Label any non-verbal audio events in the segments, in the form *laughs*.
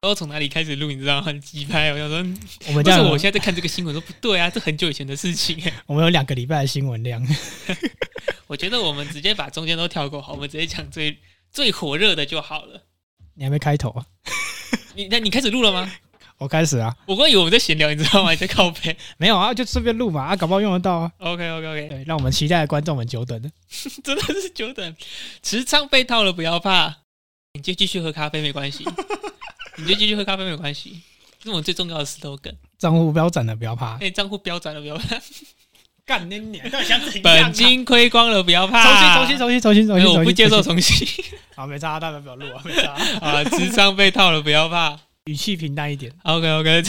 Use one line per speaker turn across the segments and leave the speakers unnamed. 道从哪里开始录，你知道吗？很鸡拍。我想说，嗯
我
不
们这
是
样，
我现在在看这啊个新闻，说不对啊，这很久以前的事情。 *laughs*
我们有两个礼拜的新闻量。 *laughs*
我觉得我们直接把中间都跳过好，我们直接讲最最火热的就好了。
你还没开头啊？
你那你开始录了吗？
我开始啊，
我刚以为我们在闲聊，你知道吗？你在靠背。 *laughs*
没有啊，就顺便录嘛，啊，搞不好用得到啊。
OK OK OK，
对，让我们期待的观众们久等了。
真的是久等。持仓被套了，不要怕，你就继续喝咖啡没关系，你就继续喝咖啡没关系。这是我们最重要的 slogan。
账户标准的不要怕，哎
哎，账户标涨了不要怕，
干你娘！到底想怎啊哎
本金亏光了不要怕。
重新重新重新重
没
新重新
有
重新，
我不接受
重
重新。
新。好，没差，大家不要录啊，没差。 *laughs*
*laughs* 啊，持仓被套了不要怕。
语气平淡一点，
OK OK，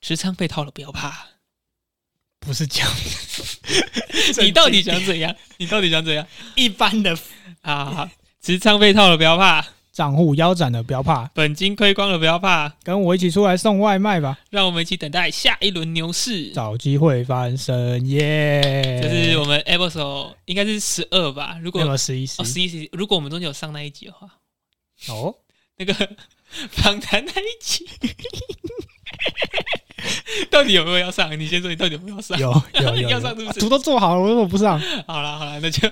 持仓被套了不要怕。
不是讲
你到底
*laughs*
想怎样？ *laughs* 你到底想怎样？
一般的
啊，好好持仓被套了不要怕，
账户腰斩的不要怕，
本金亏光了不要怕，
跟我一起出来送外卖吧，
让我们一起等待下一轮牛市。
找机会翻身耶！
这是我们 episode 应该是十二吧？如果
那么十一十
哦十一十，如果我们中间有上那一集的话，
哦，
那个 *laughs* 访谈那一集， *laughs* 到底有没有要上？你先说，你到底有没有要 *laughs* 上？
有有有
要
有
上是不是
图都做好了，我怎么不上？
*laughs* 好啦好啦，那就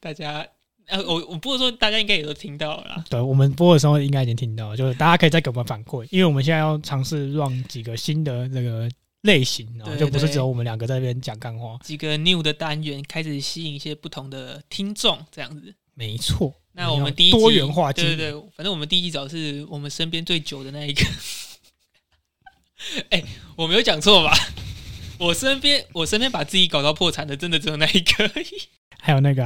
大家。呃，我我不过说，大家应该也都听到了啦。
对我们播的时候应该已经听到了，就是大家可以再给我们反馈，因为我们现在要尝试让几个新的那个类型哦，然后
对
就不是
对
只有我们两个在那边讲干话。
几个 new 的单元开始吸引一些不同的听众，这样子。
没错，
那我们第一
哎多
集
元化经
对
营，
对对，反正我们第一集找的是我们身边最久的那一个。 *laughs* 哎、我没有讲错吧？我身边我身边把自己搞到破产的，真的只有那一个而已。 *laughs*
还有那个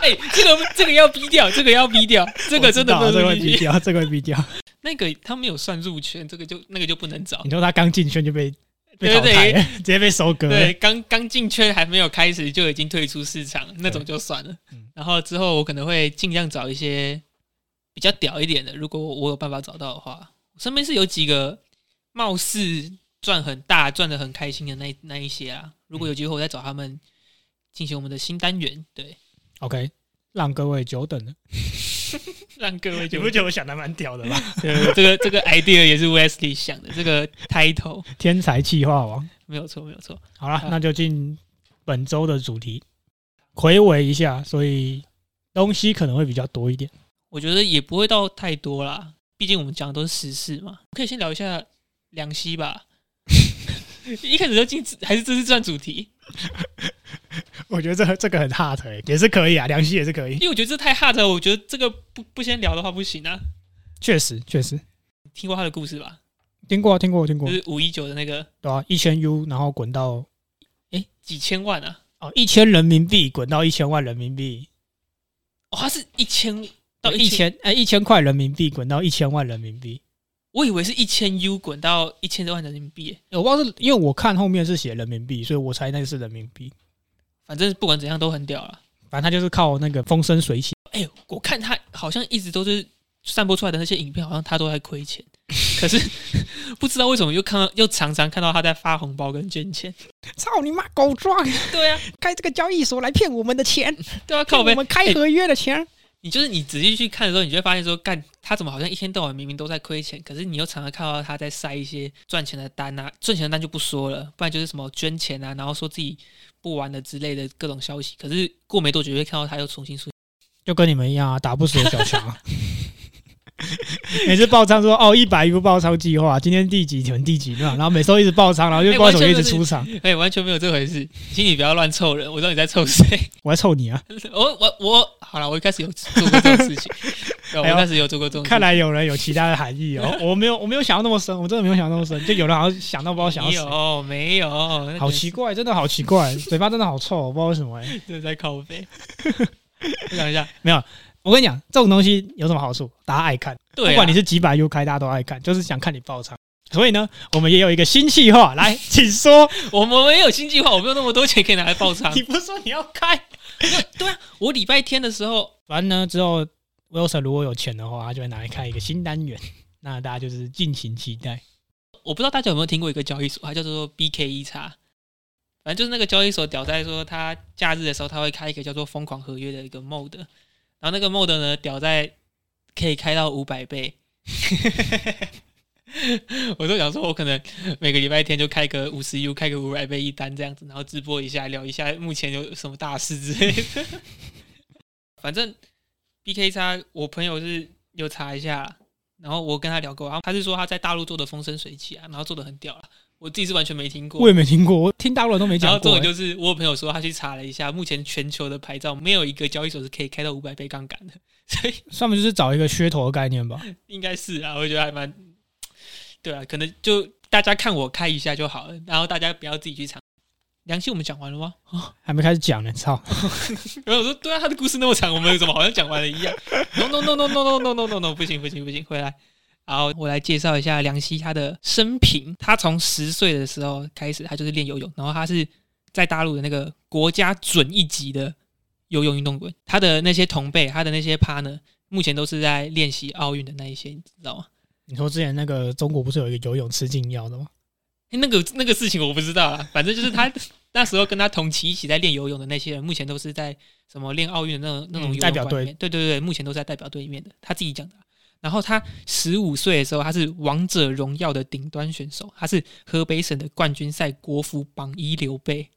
哎、这个这个要逼掉，这个要逼掉，这个真的不
我知道这个会
能
逼
逼。
掉， *laughs* 这个会逼掉。
那个他没有算入圈，这个就那个就不能找
你。说他刚进圈就被被
对
淘
对
汰了，直接被收割了。
对， *laughs* 刚刚进圈还没有开始就已经退出市场，那种就算了
嗯。
然后之后我可能会尽量找一些比较屌一点的，如果我有办法找到的话。我身边是有几个貌似赚很大、赚的很开心的那那一些啊，如果有机会，我再找他们进行我们的新单元，对，
OK，让各位久等了。
让各位
你
就
不觉得我想的蛮屌的吗？
对 *laughs* 这个这个 idea 也是 Wesley 想的，这个 title
*laughs* 天才气化王。
没有错，没有错。
好了
好，
那就进本周的主题，回味一下，所以东西可能会比较多一点。
我觉得也不会到太多啦，毕竟我们讲的都是时事嘛。可以先聊一下两栖 *laughs* 吧。一开始就进，还是这是算主题，
我觉得这这个很 hard，、欸、也是可以啊，良心也是可以
因。为我觉得这太 hard 了，我觉得这个不不先聊的话不行啊。
确实，确实
听过他的故事吧？
听过啊，听过啊，听过
就
啊，
是五一九的那个，
对啊，一千 U，然后滚到
哎，几千万啊？
哦一千人民币，滚到一千万人民币，
哦，他是一千到
到一
一千，
千哎一千块人民币，滚到一千万人民币。
我以为是一千 U 滚到一千多万人民币耶。
我不知道是因为我看后面是写人民币，所以我猜那个是人民币。
反正不管怎样都很屌了。
反正他就是靠那个风生水起，
哎，我看他好像一直都是散播出来的那些影片，好像他都在亏钱，可是不知道为什么又看到又常常看到他在发红包跟捐钱。
操你妈狗壮！
对啊，
开这个交易所来骗我们的钱，
对啊，靠呗。
开合约的钱。
你就是你仔细去看的时候，你就会发现说，干他怎么好像一天到晚明明都在亏钱，可是你又常常看到他在塞一些赚钱的单啊，赚钱的单就不说了，不然就是什么捐钱啊，然后说自己不玩了之类的各种消息。可是过没多久，就会看到他又重新出。
就跟你们一样啊，打不死的小强 *laughs* 啊。每次爆仓说哦，一百 U 爆仓计划，今天第几，你们第几然后每周一直爆仓，然后就
哎
不知道怎么
完全
一直
就是
出场，
*laughs* 哎、完全没有这回事，请你不要乱凑人，我知道你在凑谁。
我要臭你 *laughs* 啊！
*laughs* 我我我好了，我一开始有做过这种事
*laughs*
情，对我一开始有做过这种事情。
哎看来有人有其他的含义 *laughs* 哦，我没有，我没有想到那么深，我真的没有想到那么深，就有人好像想到不知道想
没
要谁，
有没有，
好奇怪，哎真的好奇怪，嘴巴真的好臭，我不知道为什么、欸。
这在靠
*laughs*
背。我想一下，
我跟你讲，这种东西有什么好处？大家爱看，
对啊，
不管你是几百 U 开，大家都爱看，就是想看你爆仓。所以呢，我们也有一个新计划，来，请说。。
我们没有新计划，我没有那么多钱可以拿来爆仓
*laughs*
*laughs*
不是说你要开？
对啊，我礼拜天的时候，
反正呢，之后 Wilson 如果有钱的话，他就会拿来开一个新单元。 *laughs* 那大家就是尽情期待。
我不知道大家有没有听过一个交易所，它叫做 E BKE 叉。反正就是那个交易所屌在说，它假日的时候它会开一个叫做“疯狂合约”的一个 mode，然后那个 mode 呢屌在可以开到五百倍， *laughs* 我就想说，我可能每个礼拜天就开个五十 U，开个五百倍一单这样子，然后直播一下，聊一下目前有什么大事之类的。 *laughs* 反正 B K 叉，我朋友是有查一下，然后我跟他聊过，然后他是说他在大陆做的风生水起啊，然后做的很屌啊，我自己是完全没听过
我。也没听过，我听大陆人都没
然后
讲
重
过、
点就是，我有朋友说他去查了一下，目前全球的牌照没有一个交易所是可以开到五百倍杠杆的，所以 *laughs*
上面就是找一个噱头的概念吧。
应该是啊，我觉得还蛮，对啊，可能就大家看我开一下就好了，然后大家不要自己去尝。良心，我们讲完了吗？
还没开始讲呢，操！
然后我说，对啊，他的故事那么长，我们怎么好像讲完了一样？No No No No No No No No No No，不行不行不行，回来。然后我来介绍一下梁希他的生平。他从十岁的时候开始，他就是练游泳，然后他是在大陆的那个国家准一级的游泳运动员。他的那些同辈，他的那些 partner，目前都是在练习奥运的那一些，你知道吗？
你说之前那个中国不是有一个游泳吃禁药的吗？
欸那个那个事情我不知道啊啦，反正就是他那时候跟他同期一起在练游泳的那些人，目前都是在什么练奥运的那种那种
嗯
游泳
代表
馆里面对对对，目前都是在代表队里面的，他自己讲的啊。然后他十五岁的时候，他是王者荣耀的顶端选手，他是河北省的冠军赛国服榜一刘备，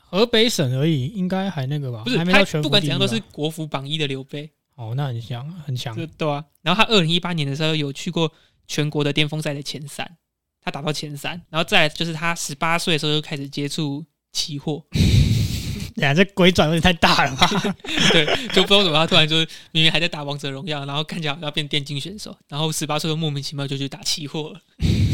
河北省而已，应该还那个吧？
不是
哦还没
他
到全
不
国
管
第
怎
一
样都
吧
是国服榜一的刘备，
哦，那
*laughs*
很强，很强。
对对啊。然后他二零一八年的时候有去过全国的巅峰赛的前三，他打到前三。然后再来就是他十八岁的时候就开始接触期货，
呀，这鬼转有点太大
*laughs*
了吧？
对，就不知道怎么他突然就是明明还在打王者荣耀，然后看起来好像变电竞选手，然后十八岁就莫名其妙就去打期货了，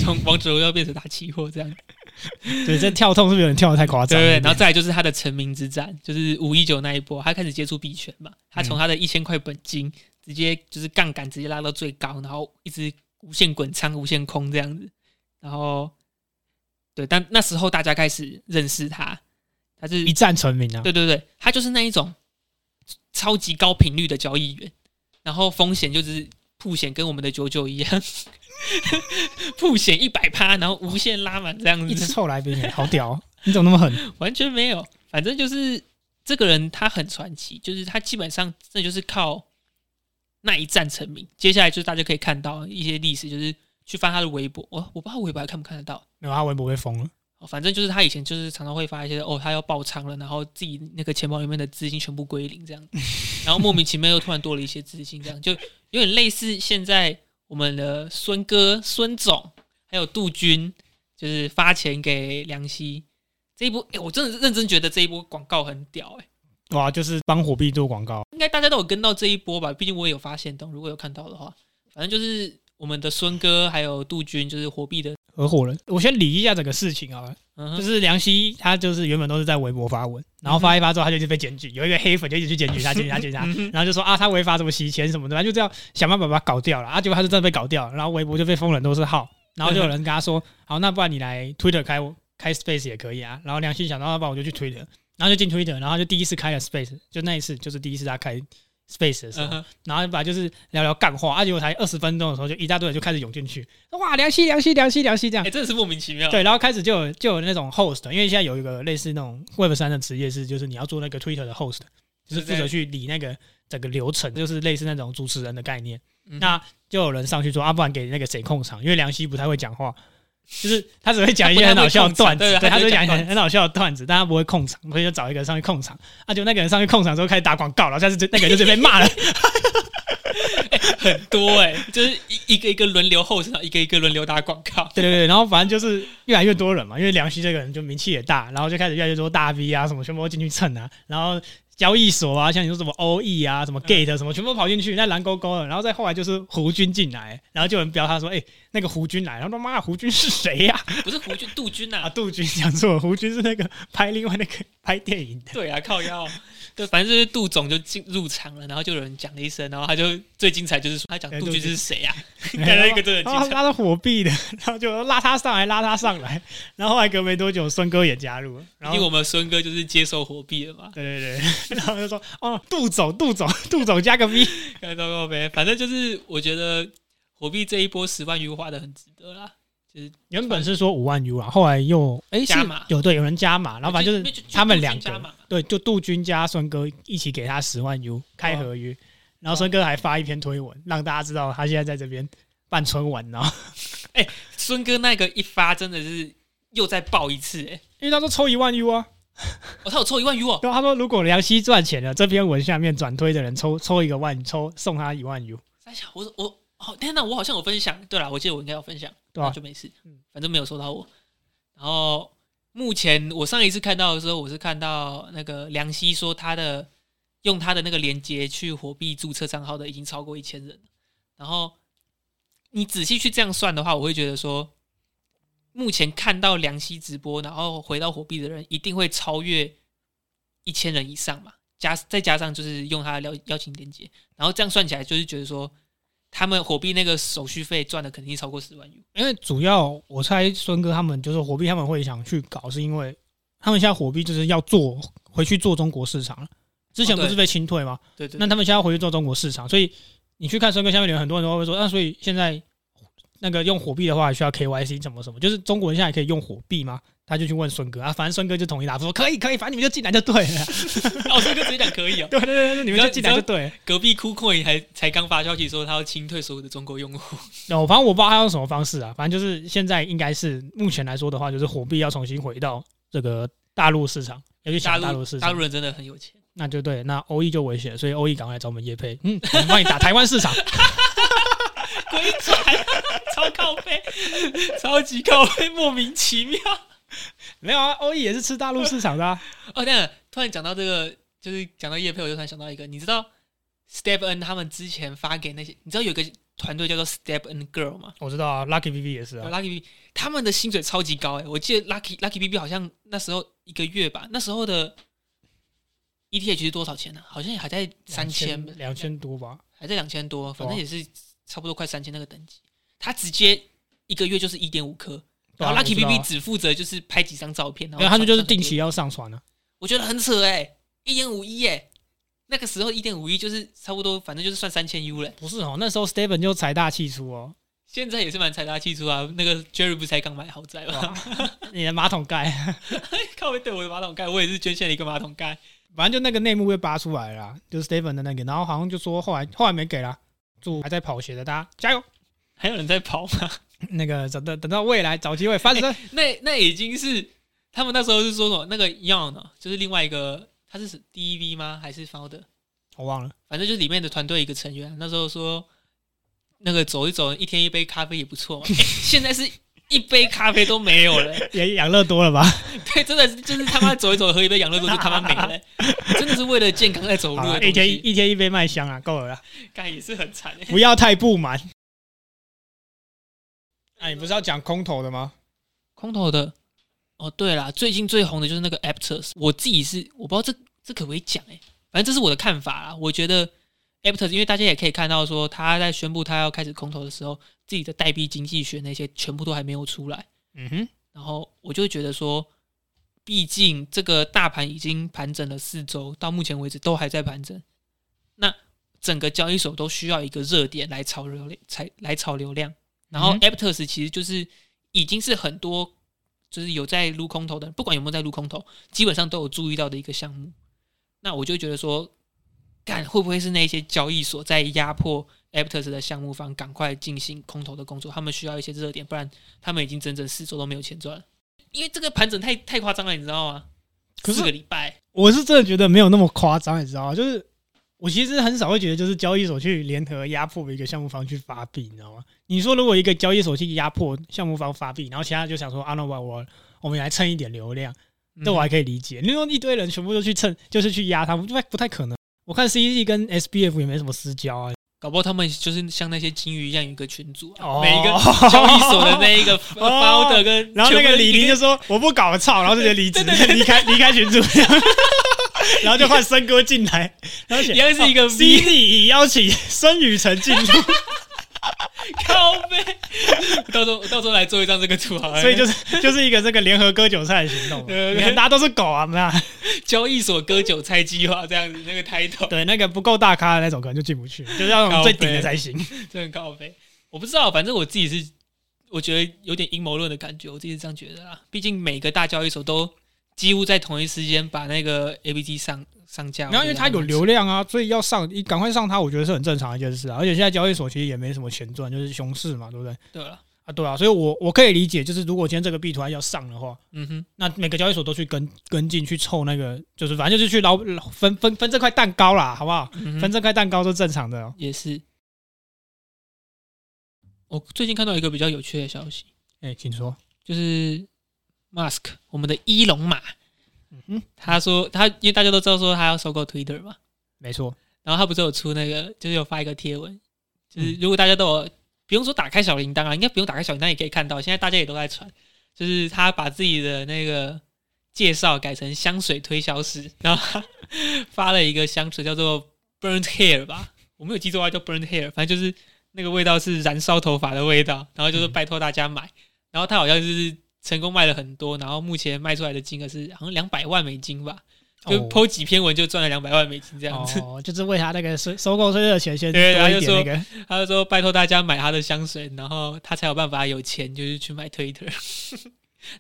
从王者荣耀变成打期货这样，
*laughs* 对，这跳痛是不是有点跳的太夸
对
张了一
对对
点？
然后再来就是他的成名之战，就是五一九那一波，他开始接触币圈嘛，他
嗯
从他的一千块本金直接就是杠杆直接拉到最高，然后一直无限滚仓、无限空这样子，然后对，但那时候大家开始认识他，他是
一战成名啊！
对对对，他就是那一种超级高频率的交易员，然后风险就是铺险跟我们的九九一样， *laughs* 铺险一百趴，然后无限拉满这样
一直
子，
臭来宾耶，好屌哦！你怎么那么狠？
完全没有。反正就是这个人他很传奇，就是他基本上真的就是靠那一战成名。接下来就是大家可以看到一些历史，就是去翻他的微博，我哦我不知道微博还看不看得到，
没有，他微博被封了。
哦，反正就是他以前就是常常会发一些哦，他要爆仓了，然后自己那个钱包里面的资金全部归零这样，然后莫名其妙又突然多了一些资金，这样就有点类似现在我们的孙哥、孙总还有杜军，就是发钱给梁希这一波，哎、我真的是认真觉得这一波广告很屌、诶，哎，
哇，就是帮火币做广告，
应该大家都有跟到这一波吧，毕竟我也有发现动，如果有看到的话，反正就是我们的孙哥还有杜军，就是火币的，
合伙人。我先理一下整个事情啊，
嗯
就
哼，
是梁希他就是原本都是在微博发文，然后发一发之后他就一直被检举，有一个黑粉就一直去检举他，检举他，检举他，然后就说啊他违法什么洗钱什么的，他就这样想办法把他搞掉了，啊结果他是真的被搞掉，然后微博就被封了很多是号，然后就有人跟他说，好那不然你来 Twitter 开我开 Space 也可以啊，然后梁希想到要不然我就去 Twitter，然后就进 Twitter，然后他就第一次开了 Space，就那一次就是第一次他开 Space 的时候
嗯，哼，
然后把就是聊聊干话，啊结果才二十分钟的时候就一大堆人就开始涌进去，哇梁希梁希梁希梁希这样
哎、，真的是莫名其妙，
对，然后开始就有就有那种 host，因为现在有一个类似那种 Web 三的职业是，就是你要做那个 Twitter 的 host，就是负责去理那个整个流程，就是类似那种主持人的概念。
嗯哼，
那就有人上去说，啊，不然给那个谁控场，因为梁希不太会讲话，就是他只会讲一些很好笑的段子，
他不太会控场对他只
对，他只
会
会
讲
讲一些
段
很
子
很好笑的段子，但他不会控场，所以就找一个人上去控场。啊，就那个人上去控场之后开始打广告，然后下次就那个人就被骂了。
很 *laughs* 多哎、就是一一个一个轮流后场，一个一个轮流打广 *laughs* 告。
对对对，然后反正就是越来越多人嘛，因为梁希这个人就名气也大，然后就开始越来越多大 V 啊什么全部都进去蹭啊，然后交易所啊，像你说什么 OE 啊、什么 Gate 什么，全部都跑进去，那蓝勾勾的。然后再后来就是胡军进来，然后就有人标他说：“哎、那个胡军来。”然后他妈胡军是谁呀、
不是胡军杜军
*laughs* 啊？
啊，
杜军讲错，胡军是那个拍另外那个拍电影的。
对啊，靠腰。 *laughs* 对，反正就是杜总就进入场了，然后就有人讲了一声，然后他就最精彩就是说他讲
哎
杜哎军
杜
是
军
谁 *laughs* 啊？看那个真的很
然后
精彩。
拉到火币的，然后就拉他上来，拉他上来。然后后来隔没多久，孙哥也加入了，然
因
后
为我们孙哥就是接受火币了嘛，
对对对， *laughs* 然后就说哦，杜总，杜总， *laughs* 杜总加个 V，
*laughs* 看到告呗。反正就是我觉得火币这一波十万 U 花的很值得啦，
原本是说五万 U 啊，后来又哎、是
加码
有对有人加码，然后反正
因为
就是他们两
杜军加
个
码嘛
对，就杜军加孙哥一起给他十万 U 开合约，然后孙哥还发一篇推文，让大家知道他现在在这边办春晚，然后 *laughs*
孙哥那个一发真的是又再爆一次、欸，
因为他说抽一万 U 啊，
哦，他有凑一万 U 哦，
对啊，他说如果梁希赚钱了，这篇文下面转推的人抽抽一个万，抽送他一万 U，
三小，我我哦，天哪，我好像有分享，对了，我记得我应该要分享，
对啊
那就没事，反正没有收到我。然后目前我上一次看到的时候，我是看到那个梁希说他的用他的那个链接去火币注册账号的已经超过一千人了然后你仔细去这样算的话，我会觉得说，目前看到梁希直播，然后回到火币的人一定会超越一千人以上嘛。加再加上就是用他的邀邀请链接，然后这样算起来就是觉得说，他们火币那个手续费赚的肯定超过十万 U。
因为主要我猜孙哥他们就是火币，他们会想去搞，是因为他们现在火币就是要做回去做中国市场了。之前
哦
不
对
是被清退吗？
对对
那他们现在要回去做中国市场，所以你去看孙哥下面留言，很多人都会说，那啊所以现在那个用火币的话，还需要 KYC 什么什么，就是中国人现在可以用火币吗？他就去问孙哥啊，反正孙哥就统一答复说可以可以，反正你们就进来就对了， *laughs*。
哦，这个直接讲可以哦
对对对对，你们就进来就对了。
*laughs* 隔壁 KuCoin 还才刚发消息说他要清退所有的中国用户。
那哦我反正我不知道他用什么方式啊，反正就是现在应该是目前来说的话，就是火币要重新回到这个大陆市场，要去
大
抢大陆
陆
市
大
场
陆，人真的很有钱。
那就对，那欧 E 就危险，所以欧 E 赶快来找我们叶配，嗯，我们帮你打台湾市场。 *laughs*
鬼转，超靠背，超级靠背，莫名其妙。
没有啊，欧 E 也是吃大陆市场的、啊， *laughs*
哦，对了，突然讲到这个，就是讲到叶配，我就突然想到一个，你知道 Step N 他们之前发给那些，你知道有一个团队叫做 Step N Girl 吗？
我知道啊，Lucky VV 也是啊，
Lucky B，他们的薪水超级高哎、我记得 Lucky Lucky B B 好像那时候一个月吧，那时候的 ETH 是多少钱呢、啊好像也还在三千，
两千啊多吧，
还在两千多，反正也是差不多快三千那个等级。他直接一个月就是一点五颗，
对
然
啊
后 Lucky B
我知
B
道啊
只哦负责就是拍几张照片，然后
因为他们就是
传上
定
给
期要上传啊，
我觉得很扯哎、一点五一哎，那个时候一点五一就是差不多，反正就是算三千 U 了、
不是哦，那时候 Steven 就财大气粗哦，
现在也是蛮财大气粗啊，那个 Jerry 不是才刚买豪宅吗？ *laughs*
你的马桶盖，
靠背对我的马桶盖，我也是捐献了一个马桶盖。
反正就那个内幕被扒出来了啦，就是 Steven 的那个，然后好像就说后来后来没给啦，祝还在跑鞋的大家加油。
还有人在跑吗？
那个等等等到未来找机会翻身，
*laughs* 那那已经是他们那时候是说什么那个 Young 呢？就是另外一个他是 DV 吗？还是 Founder？
我忘了。
反正就是里面的团队一个成员，那时候说那个走一走，一天一杯咖啡也不错嘛。 *laughs* 诶现在是一杯咖啡都没有了、 *laughs*
也养乐多了吧？
对，真的是就是他妈走一走，喝一杯养乐多就他妈没了、 *laughs* 真的是为了健康在走路
好
的
啦
东
啊一天
西，
一天一杯麦香啊，够了啦，
干也是很惨、欸。
不要太不满。哎，你不是要讲空投的吗？
空投的。哦，对啦，最近最红的就是那个 Aptos，我自己是我不知道这这可不可以讲哎、反正这是我的看法啦。我觉得 Aptos，因为大家也可以看到说他在宣布他要开始空投的时候，自己的代币经济学那些全部都还没有出来，
嗯哼，
然后我就会觉得说，毕竟这个大盘已经盘整了四周，到目前为止都还在盘整，那整个交易所都需要一个热点来炒流量，才来炒流量。然后
嗯
Aptos 其实就是已经是很多就是有在撸空头的人，不管有没有在撸空头，基本上都有注意到的一个项目。那我就觉得说，干会不会是那些交易所在压迫 Aptos 的项目方赶快进行空头的工作？他们需要一些热点，不然他们已经整整四周都没有钱赚了。因为这个盘整太太夸张了，你知道吗？
可是
四个礼拜，
我是真的觉得没有那么夸张，你知道吗？就是我其实很少会觉得，就是交易所去联合压迫一个项目方去发币，你知道吗？你说如果一个交易所去压迫项目方发币，然后其他就想说啊，那我我我们来蹭一点流量。
嗯
这我还可以理解。你说一堆人全部都去蹭，就是去压他们，不太不太可能。我看 CEC 跟 SBF 也没什么私交啊。
搞不好他们就是像那些金鱼一样有一个群组、啊，
哦
每一个交易所的那一个
*laughs*
呃
哦
founder 跟
然后那
全
个
部
李
一
宁就说：“我不搞了，操！”然后就直接离职，离开离开群组， *laughs* 然后就换森哥进来，然后写哦
一样是一个 V
CEC 已 E，邀请孙宇晨进入，
靠背， *laughs* 到时候到时候来做一张这个图好了。
所以就是 *laughs* 就是一个这个联合割韭菜的行动嘛。
哎对对对
你看大家都是狗啊，我
*laughs*
们啊
交易所割韭菜计划这样子，那个 title
对那个不够大咖的那种可能就进不去，就是要那种最顶
*laughs*
的才行。
真的很靠背。我不知道，反正我自己是我觉得有点阴谋论的感觉，我自己是这样觉得啦。毕竟每个大交易所都几乎在同一时间把那个 ABT 上上架。
然后因为它有流量啊，所以要上，你赶快上它，我觉得是很正常的一件事啊。而且现在交易所其实也没什么钱赚，就是熊市嘛，对不对？
对了，
啊，对啊，所以我我可以理解，就是如果今天这个币突然要上的话，
嗯哼，
那每个交易所都去跟跟进去凑那个，就是反正就是去捞捞分分分这块蛋糕啦，好不好？
嗯哼
分这块蛋糕是正常的、哦。
也是。我最近看到一个比较有趣的消息，
哎、请说。
就是 Musk 我们的伊隆马，
嗯，
他说他因为大家都知道说他要收购 Twitter 嘛，
没错。
然后他不是有出那个，就是有发一个贴文，就是如果大家都有不用说打开小铃铛啊，应该不用打开小铃铛也可以看到，现在大家也都在传，就是他把自己的那个介绍改成香水推销师，然后他发了一个香水叫做 Burnt Hair 吧，我没有记错的话叫 Burnt Hair，反正就是那个味道是燃烧头发的味道，然后就是拜托大家买，然后他好像就是成功卖了很多，然后目前卖出来的金额是好像两百万美金吧。就
哦
剖几篇文就赚了两百万美金这样子，
哦，就是为他那个收收购税的钱先多
对他
一
就
点那
*laughs*
个。
他就说拜托大家买他的香水，然后他才有办法有钱，就是去买 Twitter。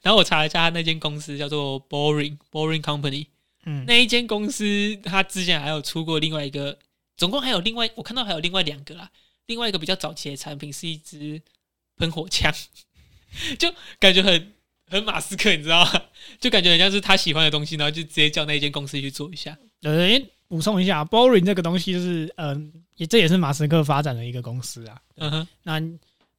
然后我查了一下，他那间公司叫做 Boring Boring Company，
嗯，
那一间公司他之前还有出过另外一个，总共还有另外我看到还有另外两个啦，另外一个比较早期的产品是一支喷火枪， *laughs* 就感觉很很马斯克，你知道吗？就感觉很像是他喜欢的东西，然后就直接叫那间公司去做一下。
呃，因为补充一下，Boring 这个东西就是，嗯、也这也是马斯克发展的一个公司啊。
嗯哼，
那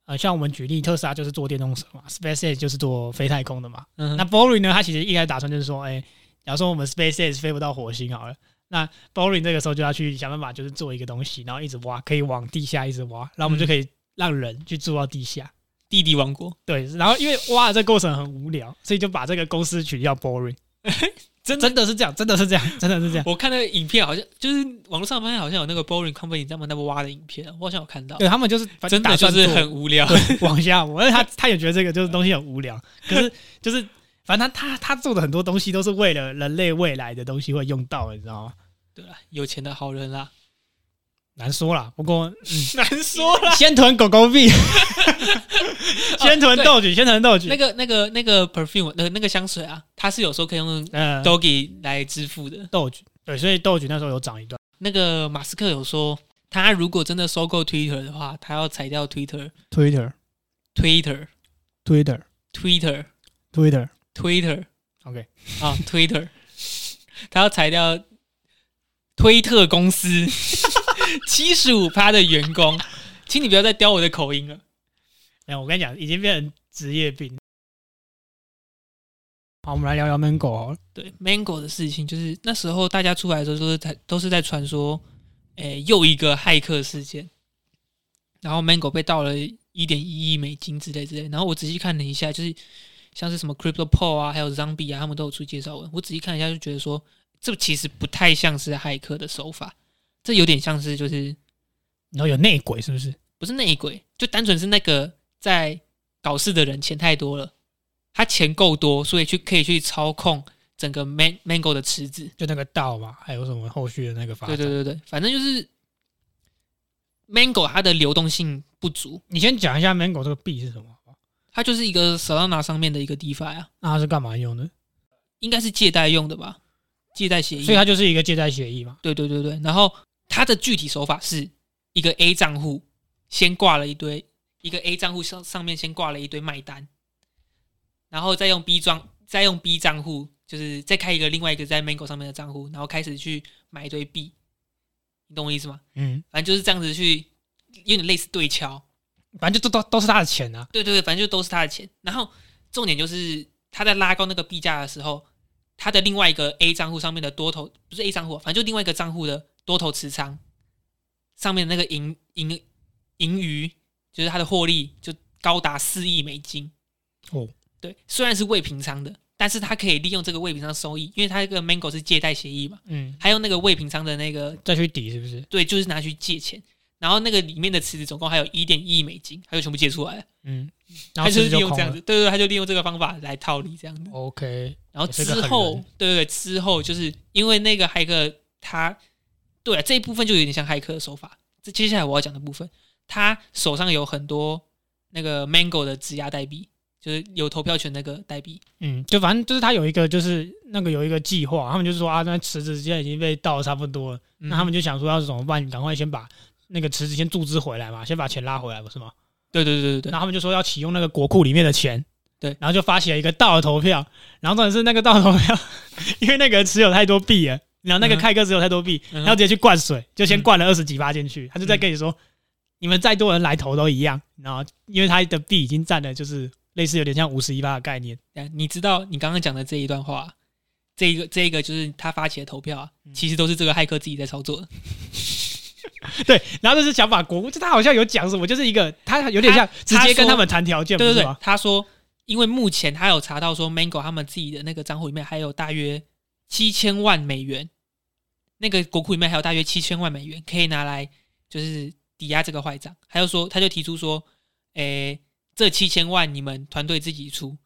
呃，像我们举例，特斯拉就是做电动车嘛，SpaceX 就是做飞太空的嘛。
嗯哼，
那 Boring 呢，它其实一开始打算就是说，哎、假如说我们 SpaceX 飞不到火星好了，那 Boring 这个时候就要去想办法，就是做一个东西，然后一直挖，可以往地下一直挖，然后我
嗯
们就可以让人去住到地下。
弟弟王国
对，然后因为挖的这个过程很无聊，所以就把这个公司取叫 Boring。
*laughs* 真的
真的是这样，真的是这样，真的是这样。
*laughs* 我看那个影片，好像就是网络上发现好像有那个 Boring Company 他们那边挖的影片，我好像有看到，
对他们就是
*laughs* 真的
打
就
算
是
做
很无聊。
对， *laughs* 往下摸，因为他他也觉得这个就是东西很无聊，
*laughs*
可是就是反正他他他做的很多东西都是为了人类未来的东西会用到的，你知道吗？
对了， *laughs* 有钱的好人啦，
难说啦，不过
难说啦。
先囤狗狗
*laughs*
币，先囤豆菊，先囤豆
哦那
菊。
个、那个、那个 perfume，那个那个香水啊，它是有时候可以用
呃，
Doggy 来支付的。
豆菊，对，所以豆菊那时候有涨一段。
那个马斯克有说，他如果真的收购 Twitter 的话，他要裁掉 Twitter、
Twitter
Twitter、
Twitter
Twitter、
Twitter
Twitter
OK
啊 Twitter，他要裁掉推特公司七十五趴的员工，请你不要再叼我的口音了。
没哎有，我跟你讲，已经变成职业病。好，我们来聊聊 Mango 好了。
对 Mango 的事情，就是那时候大家出来的时候都是在都是在传说，诶、又一个骇客事件，然后 Mango 被盗了一点一亿美金之类之类。然后我仔细看了一下，就是像是什么 CryptoPo 啊，还有 Zombie 啊，他们都有出介绍文。我仔细看一下，就觉得说这其实不太像是骇客的手法，这有点像是就是
然后有内鬼是不是？
不是内鬼，就单纯是那个在搞事的人钱太多了，他钱够多，所以去可以去操控整个 Man Mango 的池子。
就那个道嘛，还有什么后续的那个发
对
展？
对对对，反正就是 Mango 它的流动性不足，
你先讲一下 Mango 这个币是什么？
它就是一个 Solana 上面的一个 DeFi 啊，
那它是干嘛用的？
应该是借贷用的吧，借贷协议。
所以它就是一个借贷协议嘛。
对对对对，然后它的具体手法是一个 A 账户先挂了一堆，一个 A 账户上上面先挂了一堆卖单，然后再用 B 账，再用 B 账户，就是再开一个另外一个在 Mango 上面的账户，然后开始去买一堆币，你懂我意思吗？
嗯，
反正就是这样子去，有点类似对敲。
反正就都都都是他的钱啊。
对对对，反正就都是他的钱。然后重点就是他在拉高那个币价的时候，他的另外一个 A 账户上面的多头不是 A 账户啊，反正就另外一个账户的多头持仓上面的那个盈盈盈余，就是他的获利就高达四亿美金。
哦，
对，虽然是未平仓的，但是他可以利用这个未平仓收益，因为他这个 Mango 是借贷协议嘛，
嗯，
还有那个未平仓的那个
再去抵是不是？
对，就是拿去借钱。然后那个里面的池子总共还有一点一亿美金，他就全部借出来了。
嗯，然
他
后
就
其
是
实
利
就
用
空
这样
了
子，。对对，他就利用这个方法来套利这样子。
OK，
然后
也是
之
个狠
后
人，
对对对，之后就是因为那个骇客他，对啊，这一部分就有点像骇客的手法。这接下来我要讲的部分，他手上有很多那个 Mango 的质押代币，就是有投票权那个代币。
嗯，就反正就是他有一个就是那个有一个计划，他们就说啊，那池子现在已经被倒的差不多了，
嗯
那他们就想说要怎么办？赶快先把那个池子先注资回来嘛，先把钱拉回来，不是吗？
对对对对对，
然后他们就说要启用那个国库里面的钱，
对，
然后就发起了一个倒的投票，然后重点是那个倒的投票， *laughs* 因为那个人持有太多币了，然后那个
嗯哼
开哥持有太多币，
嗯
然后直接去灌水，就先
嗯
灌了二十几发进去，他就在跟你说，你们再多人来投都一样，然后因为他的币已经占了就是类似有点像五十一发的概念，
等一下你知道你刚刚讲的这一段话，这一个这一个就是他发起的投票啊，
嗯
其实都是这个骇客自己在操作的，
对，然后就是想把国，就他好像有讲什么，就是一个他有点像直
他
接跟
说
他们谈条件，
对
不
对
是
对
吗？，
他说，因为目前他有查到说，Mango 他们自己的那个账户里面还有大约七千万美元，那个国库里面还有大约七千万美元可以拿来就是抵押这个坏账。还有说，他就提出说，诶，这七千万你们团队自己出，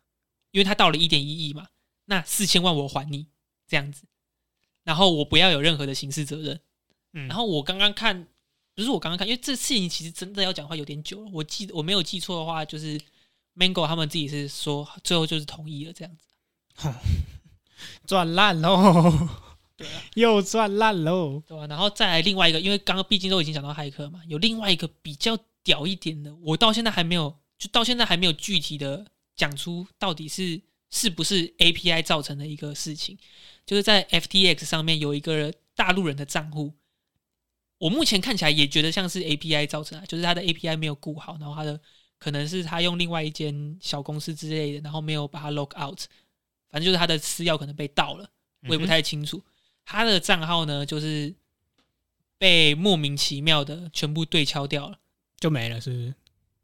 因为他到了一点一亿嘛，那四千万我还你这样子，然后我不要有任何的刑事责任。
嗯
然后我刚刚看，不是我刚刚看，因为这事情其实真的要讲话有点久了。我记我没有记错的话，就是 Mango 他们自己是说最后就是同意了这样子。
赚烂喽，
对啊，
又赚烂喽，
对吧、啊然后再来另外一个，因为刚刚毕竟都已经讲到骇客嘛，有另外一个比较屌一点的，我到现在还没有，就到现在还没有具体的讲出到底是是不是 API 造成的一个事情，就是在 FTX 上面有一个大陆人的账户，我目前看起来也觉得像是 API 造成的，就是他的 API 没有顾好，然后他的可能是他用另外一间小公司之类的，然后没有把它 log out，反正就是他的私钥可能被盗了，我也
嗯
不太清楚。他的账号呢，就是被莫名其妙的全部对敲掉了，
就没了，是不是？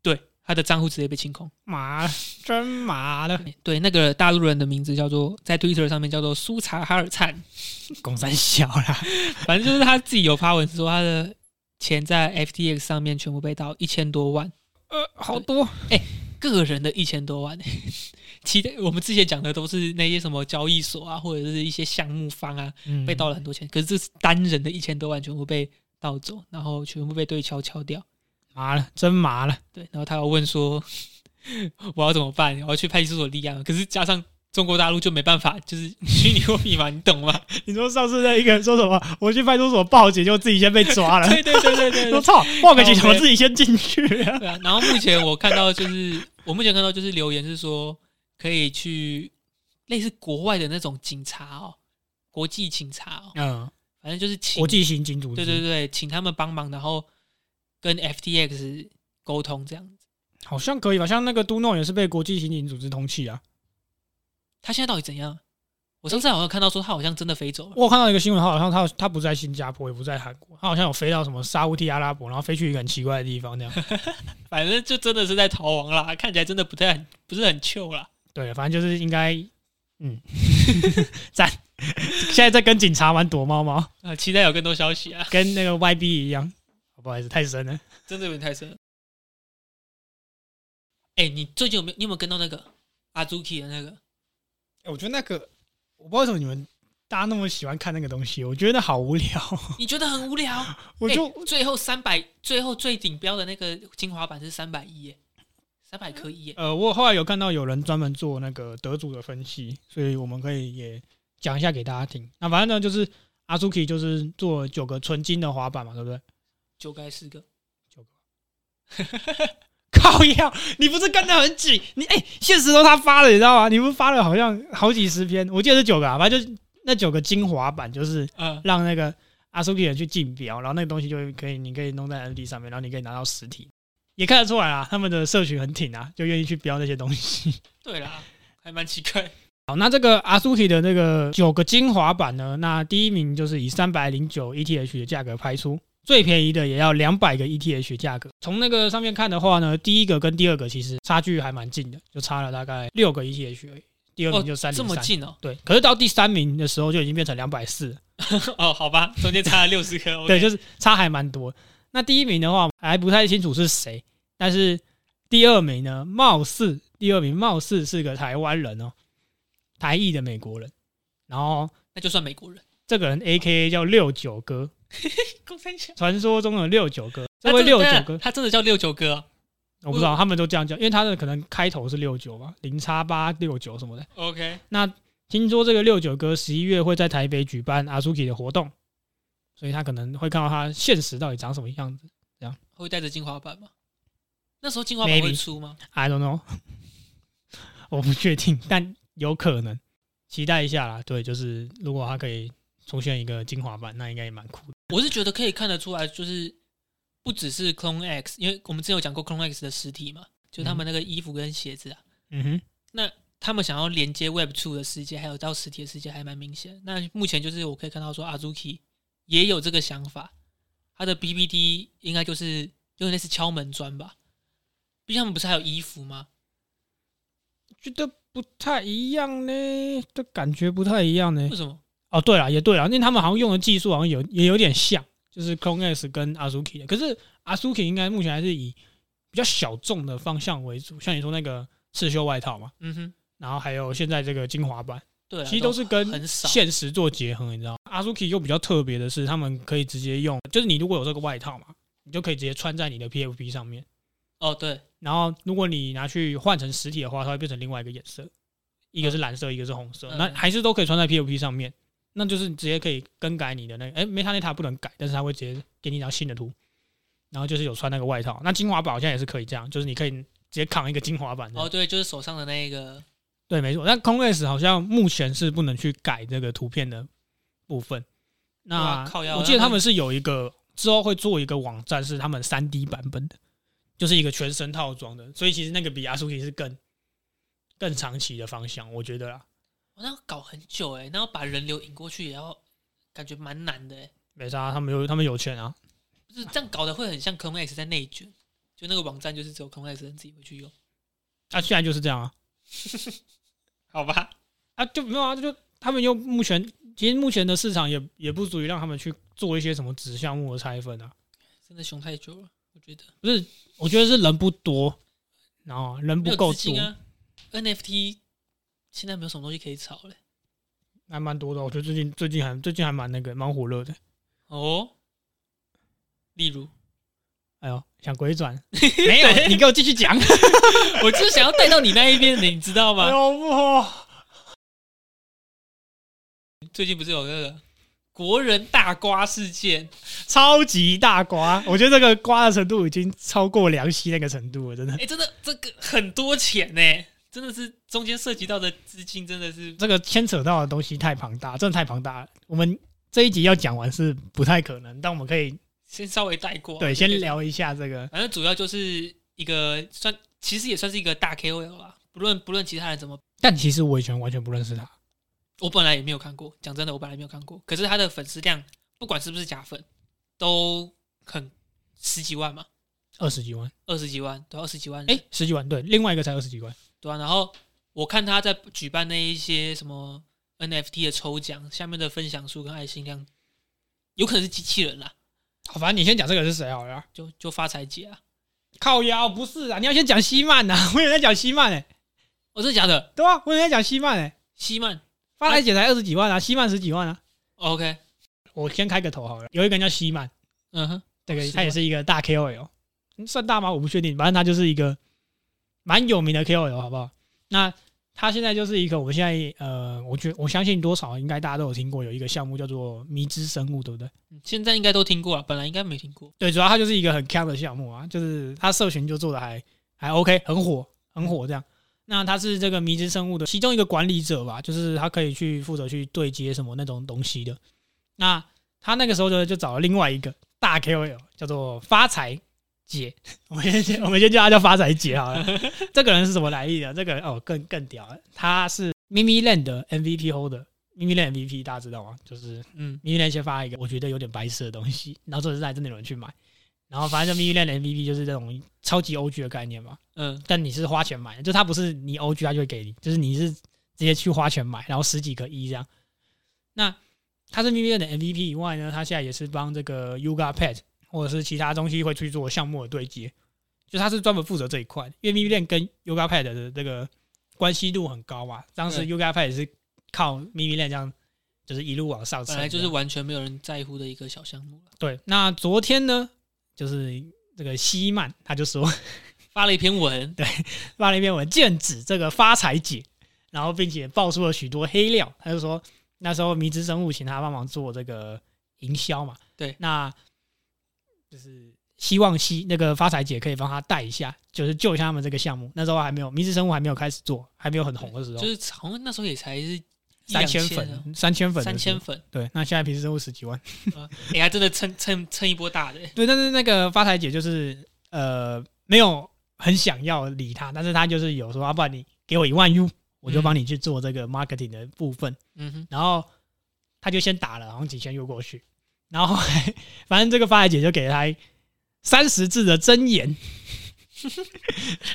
对，他的账户直接被清空。
麻，真麻了，
对，那个大陆人的名字叫做在 Twitter 上面叫做苏查哈尔灿，
拱三小啦，
反正就是他自己有发文说他的钱在 FTX 上面全部被盗一千多万，
呃，好多，
个人的一千多万。 *laughs* 其他我们之前讲的都是那些什么交易所啊，或者是一些项目方啊，
嗯
被盗了很多钱。可是这是单人的一千多万全部被盗走，然后全部被对敲敲掉。
麻了，真麻了，
对，然后他要问说我要怎么办？我要去派出所立案，可是加上中国大陆就没办法，就是 *laughs* 虚拟货币嘛，你懂
*laughs*
吗？
你说上次那一个人说什么？我去派出所报警，就自己先被抓了。
对对对对对对。
我操，报个警怎么自己先进去啊？
对啊，然后目前我看到就是，我目前看到就是留言是说可以去类似国外的那种警察哦，国际警察哦，
嗯，
反正就是请
国际刑警组织，
对对对，请他们帮忙，然后跟 FTX 沟通这样子。
好像可以吧？像那个都诺也是被国际刑警组织通缉啊。
他现在到底怎样？我上次好像看到说他好像真的飞走了，
我有看到一个新闻，他好像他他不在新加坡，也不在韩国，他好像有飞到什么沙烏地阿拉伯，然后飞去一个很奇怪的地方，这样。
反正就真的是在逃亡啦，看起来真的不太很不是很 chill 啦。
对，反正就是应该，嗯， *laughs* 赞。现在在跟警察玩躲猫猫，
啊、期待有更多消息啊，
跟那个 YB 一样。不好意思，太深了。
真的有点太深了。哎、你最近有没有你有没有跟到那个阿朱 k 的那个？
欸我觉得那个，我不知道为什么你们大家那么喜欢看那个东西，我觉得好无聊。
你觉得很无聊？ *laughs*
我就、
欸最后三百，最后最顶标的那个精华版是三百一耶，三百颗一耶。
呃，我后来有看到有人专门做那个得主的分析，所以我们可以也讲一下给大家听。那反正呢，就是阿苏 k 就是做了九个纯金的滑板嘛，对不对？
九该四个，
靠腰，你不是跟的很紧？你哎、现实都他发了，你知道吗？你不是发了好像好几十篇，我记得是九个啊，反正就是那九个精华版，就是
嗯
让那个阿苏 k 人去竞标，然后那个东西就会可以，你可以弄在 NFT 上面，然后你可以拿到实体。也看得出来啊，他们的社群很挺啊，就愿意去标那些东西。
对啦，还蛮奇怪。
好，那这个阿苏 k 的那个九个精华版呢，那第一名就是以三百零九 ETH 的价格拍出，最便宜的也要两百个 ETH 的价格。从那个上面看的话呢，第一个跟第二个其实差距还蛮近的，就差了大概六个 ETH 而已。第二名就三
这
零
么
三，
近哦？
对。可是到第三名的时候就已经变成两百四，
哦，好吧，中间差了六十颗。
对，
OK，
就是差还蛮多。那第一名的话还不太清楚是谁，但是第二名呢，貌似第二名貌似是个台湾人哦，台裔的美国人，然后。
那就算美国人。
这个人 A K A 叫六九哥，
公三小，
啊传说中的六九哥。这
他
位
真的
六九哥，
他真的叫六九哥啊、
我不知道他们都这样叫，因为他的可能开头是六九吧，零叉八六九什么的。
OK，
那听说这个六九哥十一月会在台北举办阿苏 k 的活动，所以他可能会看到他现实到底长什么样子。
会带着精华版吗？那时候精华版会
Maybe
出吗？
I don't know，我不确定， *laughs* 但有可能，期待一下啦。对，就是如果他可以出现一个精华版，那应该也蛮酷的。
我是觉得可以看得出来，就是不只是 Clone X，因为我们之前有讲过 Clone X 的实体嘛，就他们那个衣服跟鞋子啊，
嗯哼，
他们想要连接 Web Two 的世界，还有到实体的世界，还蛮明显。那目前就是我可以看到说，Azuki 也有这个想法，他的 BBD 应该就是有点类似敲门砖吧。毕竟他们不是还有衣服吗？
觉得不太一样呢，这感觉不太一样呢
为。什么？
哦，对了，也对了，因为他们好像用的技术好像有也有点像，就是 Clone S 跟 Azuki 的，可是 Azuki 应该目前还是以比较小众的方向为主，像你说那个刺绣外套嘛，
嗯哼，
然后还有现在这个精华版，
对啊，
其实都是跟
很少。
现实做结合，你知道吗？Azuki 又比较特别的是，他们可以直接用，就是你如果有这个外套嘛，你就可以直接穿在你的 PFP 上面，
哦，对，
然后如果你拿去换成实体的话，它会变成另外一个颜色，一个是蓝色，一个是红色，
嗯
那还是都可以穿在 POP 上面，那就是你直接可以更改你的那个，哎，没它那塔不能改，但是它会直接给你一张新的图，然后就是有穿那个外套，那精华版好像也是可以这样，就是你可以直接扛一个精华版的，
哦，对，就是手上的那个，
对，没错。但 c o n v e s 好像目前是不能去改这个图片的部分，那
哇啊靠腰
我记得他们是有一个之后会做一个网站，是他们三 D 版本的，就是一个全身套装的，所以其实那个比阿苏提是更更长期的方向，我觉得啦，
哦、那要搞很久哎、那要把人流引过去，也要感觉蛮难的哎、
没啥，他们有他们有钱啊，
就是这样搞的会很像 Clone X 在内卷，就那个网站就是只有 Clone X 人自己会去用，
啊，现在就是这样啊，
好吧？
啊就没有啊，就他们又目前其实目前的市场也也不足以让他们去做一些什么子项目的拆分啊，
真的熊太久了，我觉得
我觉得是人不多，然后人
没
不
有
够
资金
多。
啊。NFT 现在没有什么东西可以炒嘞。
还蛮多的，哦我觉得最近最近还最近还蛮那个蛮火热的。
哦，例如，
哎呦，想鬼 *laughs* 转没有？你给我继续讲。
我就想要带到你那一边的，你知道吗？
哎呦不好，
最近不是有那个国人大瓜事件？
超级大瓜！我觉得这个瓜的程度已经超过梁溪那个程度了，真的
哎、。真的这个很多钱呢、真的是中间涉及到的资金真的是
这个牵扯到的东西太庞大，真的太庞大了。我们这一集要讲完是不太可能，但我们可以
先稍微带过。
对
就
先
可以，
聊一下这个。
反正主要就是一个算，其实也算是一个大 KOL 啦。不论不论其他人怎么
但其实我以前完全不认识他，
我本来也没有看过，讲真的，我本来没有看过。可是他的粉丝量，不管是不是假粉，都很十几万嘛，
二十几万，
二十几万，对啊，二十几万人。
哎，十几万，对，另外一个才二十几万。
对啊。然后我看他在举办那一些什么 NFT 的抽奖，下面的分享数跟爱心量，有可能是机器人啦，
好，反正你先讲这个是谁好了啊。
就就发财姐啊，
靠腰不是啊，你要先讲希曼呐、我也在讲希曼哎、
哦，真的假的？
对啊，我也在讲希曼哎、
希曼哦
发来姐才二十几万啊，希曼十几万啊。
，OK，
我先开个头好了，有一个人叫希曼，
嗯哼，
这
哦
个
希曼
他也是一个大 KOL，嗯算大吗？我不确定，反正他就是一个蛮有名的 KOL，好不好？那他现在就是一个，我们现在呃，我觉我相信多少应该大家都有听过，有一个项目叫做迷之生物，对不对？
嗯现在应该都听过了，本来应该没听过。
对，主要它就是一个很强的项目啊，就是它社群就做的还还 OK，很火，很火这样。那它是这个迷之生物的其中一个管理者吧，就是他可以去负责去对接什么那种东西的。那他那个时候就就找了另外一个大 KOL，叫做发财姐，我们先我们先叫他叫发财姐好了。这个人是什么来历的？这个人哦，更更屌了，他是 Mimi Land 的 MVP holder。Mimi Land MVP 大家知道吗？就是
嗯，
米 i 链先发一个我觉得有点白痴的东西，然后这次还真的有人去买，然后反正米 i 链的 MVP 就是这种超级 OG 的概念嘛，
嗯，
但你是花钱买的，就它不是你 OG 它就会给你，就是你是直接去花钱买，然后十几个亿这样。那他是 VPN 的 MVP 以外呢，他现在也是帮这个 Yuga Pet 或者是其他东西会去做项目的对接，就他是专门负责这一块，因为 VPN 跟 Yuga Pet 的这个关系度很高嘛，当时
对
Yuga Pet 也是靠 VPN 这样。就是一路往上
本
升这样，
来就是完全没有人在乎的一个小项目了。
对，那昨天呢，就是这个西曼他就说，
发了一篇文，
发了一篇文，剑指这个发财姐，然后并且爆出了许多黑料。他就说那时候迷之生物请他帮忙做这个营销嘛，
对
那就是希望希那个发财姐可以帮他带一下，就是救一下他们这个项目。那时候还没有迷之生物还没有开始做，还没有很红的时候，
就是好像那时候也才是一
三千
两啊，
粉，三千粉，
三千。粉，
对，那现在平时生物十几万。
哎，还真的蹭蹭蹭一波大的，
对，但是那个发财姐就是呃没有很想要理他，但是他就是有说，啊，不然你给我一万 U，我就帮你去做这个 marketing 的部分。
嗯哼，
然后他就先打了，好像几千 U 过去，然后后 *laughs* 来反正这个发财姐就给了他三十字的真言。 *laughs*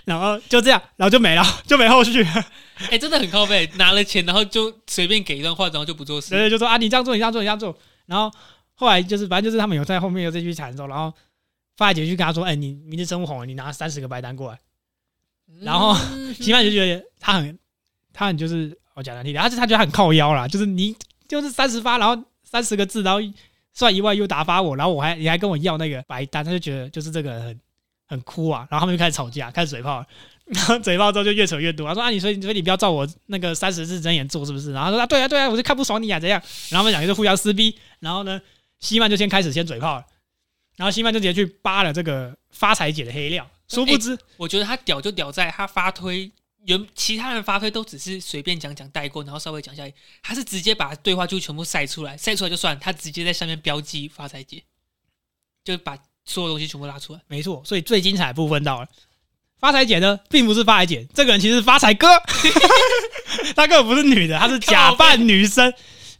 然后就这样，然后就没了， *laughs* 就没后续了。
哎，真的很靠背，拿了钱然后就随便给一段话，然后就不做
所
事，
以就说啊，你这样做，你这样做，你这样做。然后后来就是，反正就是他们有在后面有这句缠斗，然后发财姐去跟他说：“哎、你明日生物红了，你拿三十个白单过来。”然后 *laughs*
嗯
西曼就觉得他很，他很就是我讲难听点，他就他觉得他很靠腰啦，就是你就是三十发，然后三十个字，然后算一万又打发我，然后我还你还跟我要那个白单，他就觉得就是这个人很很哭啊，然后他们就开始吵架，开始嘴炮了， *laughs* 然后嘴炮之后就越扯越多，他说啊你所以所以你不要照我那个三十字真言做是不是？然后他说啊对啊对啊，我就看不爽你啊怎样？然后他们两个就互相撕逼，然后呢西曼就先开始先嘴炮了，然后西曼就直接去扒了这个发财姐的黑料，殊不知。
我觉得他屌就屌在他发推。原其他人发推都只是随便讲讲带过，然后稍微讲一下，他是直接把对话就全部晒出来，晒出来就算，他直接在下面标记发财姐，就把所有东西全部拉出来。
没错，所以最精彩的部分到了。发财姐呢，并不是发财姐，这个人其实是发财哥，他根本不是女的，他是假扮女生。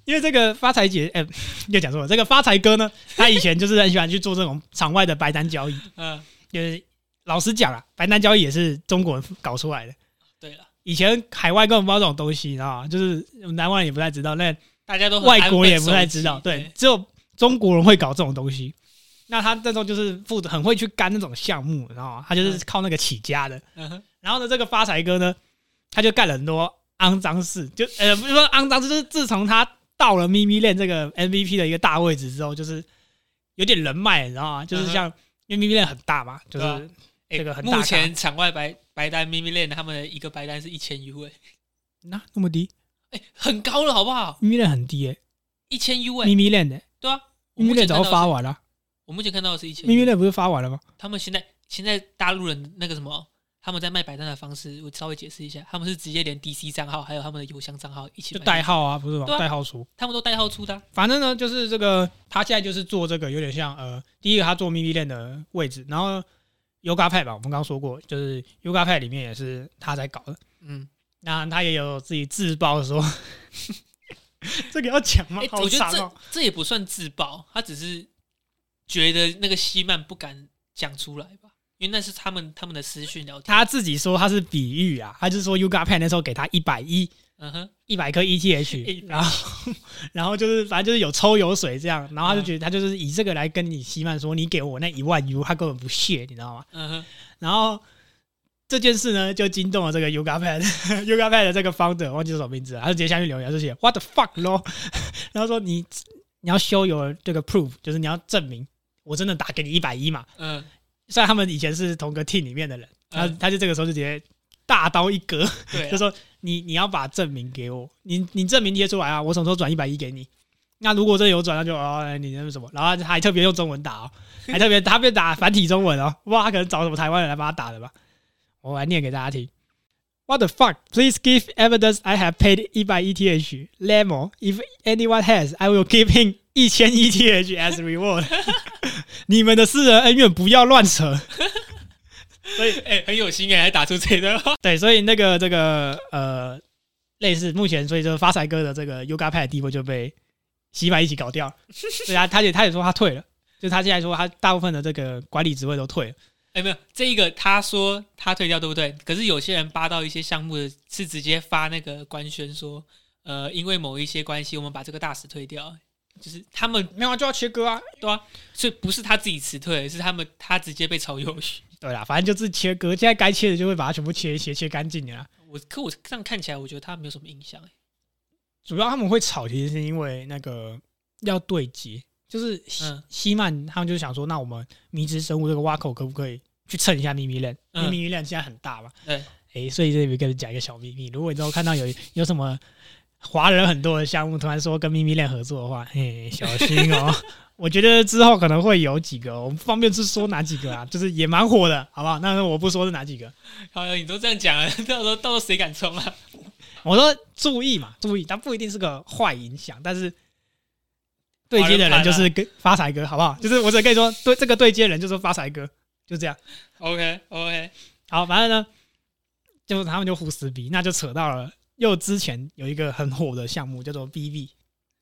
因为这个发财姐，哎、又讲错了。这个发财哥呢，他以前就是很喜欢去做这种场外的白单交易，
嗯，
就是老实讲啊，白单交易也是中国人搞出来的。
对了，
以前海外根本不知道这种东西，你知道吗？就是南湾人也不太知道，那
大家都很
外国
安分
也不太
守己
知道，对，，只有中国人会搞这种东西。那他那时候就是负责很会去干那种项目，然后他就是靠那个起家的。
嗯哼
然后呢，这个发财哥呢，他就干了很多肮脏事，就呃不是说肮脏事，就是自从他到了咪咪链这个 MVP 的一个大位置之后，就是有点人脉，你知道吗？就是像、因为咪咪链很大嘛，就
对啊
是这个
欸
很大咖
目前场外白白单咪咪 n 他们的一个白单是一千 U 哎、
那、啊那么低，
哎、很高了好不好？
咪咪链很低诶、
一千 U 哎、
咪咪链的、
对啊，我
咪咪
目
链
前
早
看到
就发
的是
完了，
我目前看到的是一千
咪咪链不是发完了吗？
他们现在现在大陆人那个什么，他们在卖白单的方式，我稍微解释一下，他们是直接连 DC 账号还有他们的邮箱账号一起
就
卖
代号啊，不是吗？
对啊
代号书。
他们都代号出的啊、
反正呢，就是这个，他现在就是做这个，有点像呃，第一个他做 mini 链的位置，然后 Yoga 派吧，我们刚刚说过，就是 Yoga 派里面也是他在搞的，
嗯，
那他也有自己自爆说， *laughs* 这个要讲吗
哎、？
好
我觉
长
得
哦，
这这也不算自爆，他只是觉得那个西曼不敢讲出来吧，因为那是他们他们的私讯聊天。
他自己说他是比喻啊，他就说 Yoga 派那时候给他一百一。
嗯哼，
一百
*laughs*
颗 ETH，
100
然后 *laughs* 然后就是反正就是有抽有水这样，然
嗯
后他就觉得他就是以这个来跟你希曼说，你给我那一万 U，他根本不屑，你知道吗？
嗯哼，
然后这件事呢，就惊动了这个 Yoga *laughs* Pad Yoga Pad 的这个 founder，忘记是什么名字啊了，他就直接下面留言，他就写 What the fuck 咯， *laughs* 然后说你你要 show your 这个 proof，就是你要证明我真的打给你一百一嘛。 *laughs*
嗯。
虽然他们以前是同个 team 里面的人，他
嗯
他就这个时候就直接大刀一割，
对啊
就说你你要把证明给我，你你证明贴出来啊，我什么时候转一百一给你？那如果真的有转，那就哦，你那是什么？然后他还特别用中文打
*laughs*
哦，还特别他别打繁体中文哦，哇，他可能找什么台湾人来帮他打的吧？我来念给大家听。What the fuck? Please give evidence I have paid 一百 ETH. Lemo, if anyone has, I will give him *laughs* 一千 ETH as reward. *laughs* 你们的私人恩怨不要乱扯。
所以哎、很有心哎、还打出这一段话。
对，所以那个这个呃，类似目前，所以就是发财哥的这个 Yoga 派的地位就被洗白一起搞掉 *laughs* 了。对啊，他也他也说他退了，就他现在说他大部分的这个管理职位都退了。
哎、没有这一个，他说他退掉，对不对？可是有些人扒到一些项目的是直接发那个官宣说，呃，因为某一些关系，我们把这个大使退掉，就是他们
没有啊，就要切割啊。
对啊，所以不是他自己辞退，是他们他直接被炒鱿鱼。
对啦，反正就是切割，现在该切的就会把它全部切一切，切干净的啦。
我可我这样看起来，我觉得他没有什么影响、哎
主要他们会吵，其实是因为那个要对接，就是西
嗯
西曼他们就想说，那我们迷之生物这个挖口可不可以去蹭一下咪咪链，因
嗯
为咪咪链现在很大嘛。
对，
哎，所以这里跟你讲一个小秘密，如果你之后看到有有什么华人很多的项目突然说跟咪咪链合作的话，嘿，小
*laughs*
心哦。我觉得之后可能会有几个，我们方便是说哪几个啊？就是也蛮火的，好不好？那我不说是哪几个，
好了，你都这样讲了，到时候到时候谁敢冲啊？
我说注意嘛，注意，它不一定是个坏影响，但是对接的人就是跟发财哥，好不好？就是我只跟你说，对这个对接人就是发财哥，就这样。
OK OK，
好，反正呢，就是他们就胡撕逼，那就扯到了又之前有一个很火的项目叫做 BB，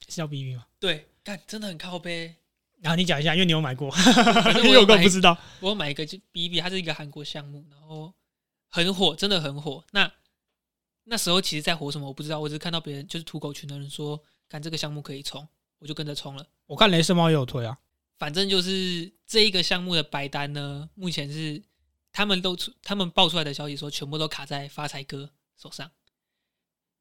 是叫 BB 吗？
对，干真的很靠背。
然后你讲一下，因为你有买过，
反正
因
我
为
有
*laughs* 我根
买
本不知道。
我有买一个就 B B，它是一个韩国项目，然后很火，真的很火。那那时候其实在火什么我不知道，我只是看到别人就是土狗群的人说，看这个项目可以冲，我就跟着冲了。
我看雷射猫也有推啊，
反正就是这一个项目的白单呢，目前是他们都出，他们爆出来的消息说，全部都卡在发财哥手上，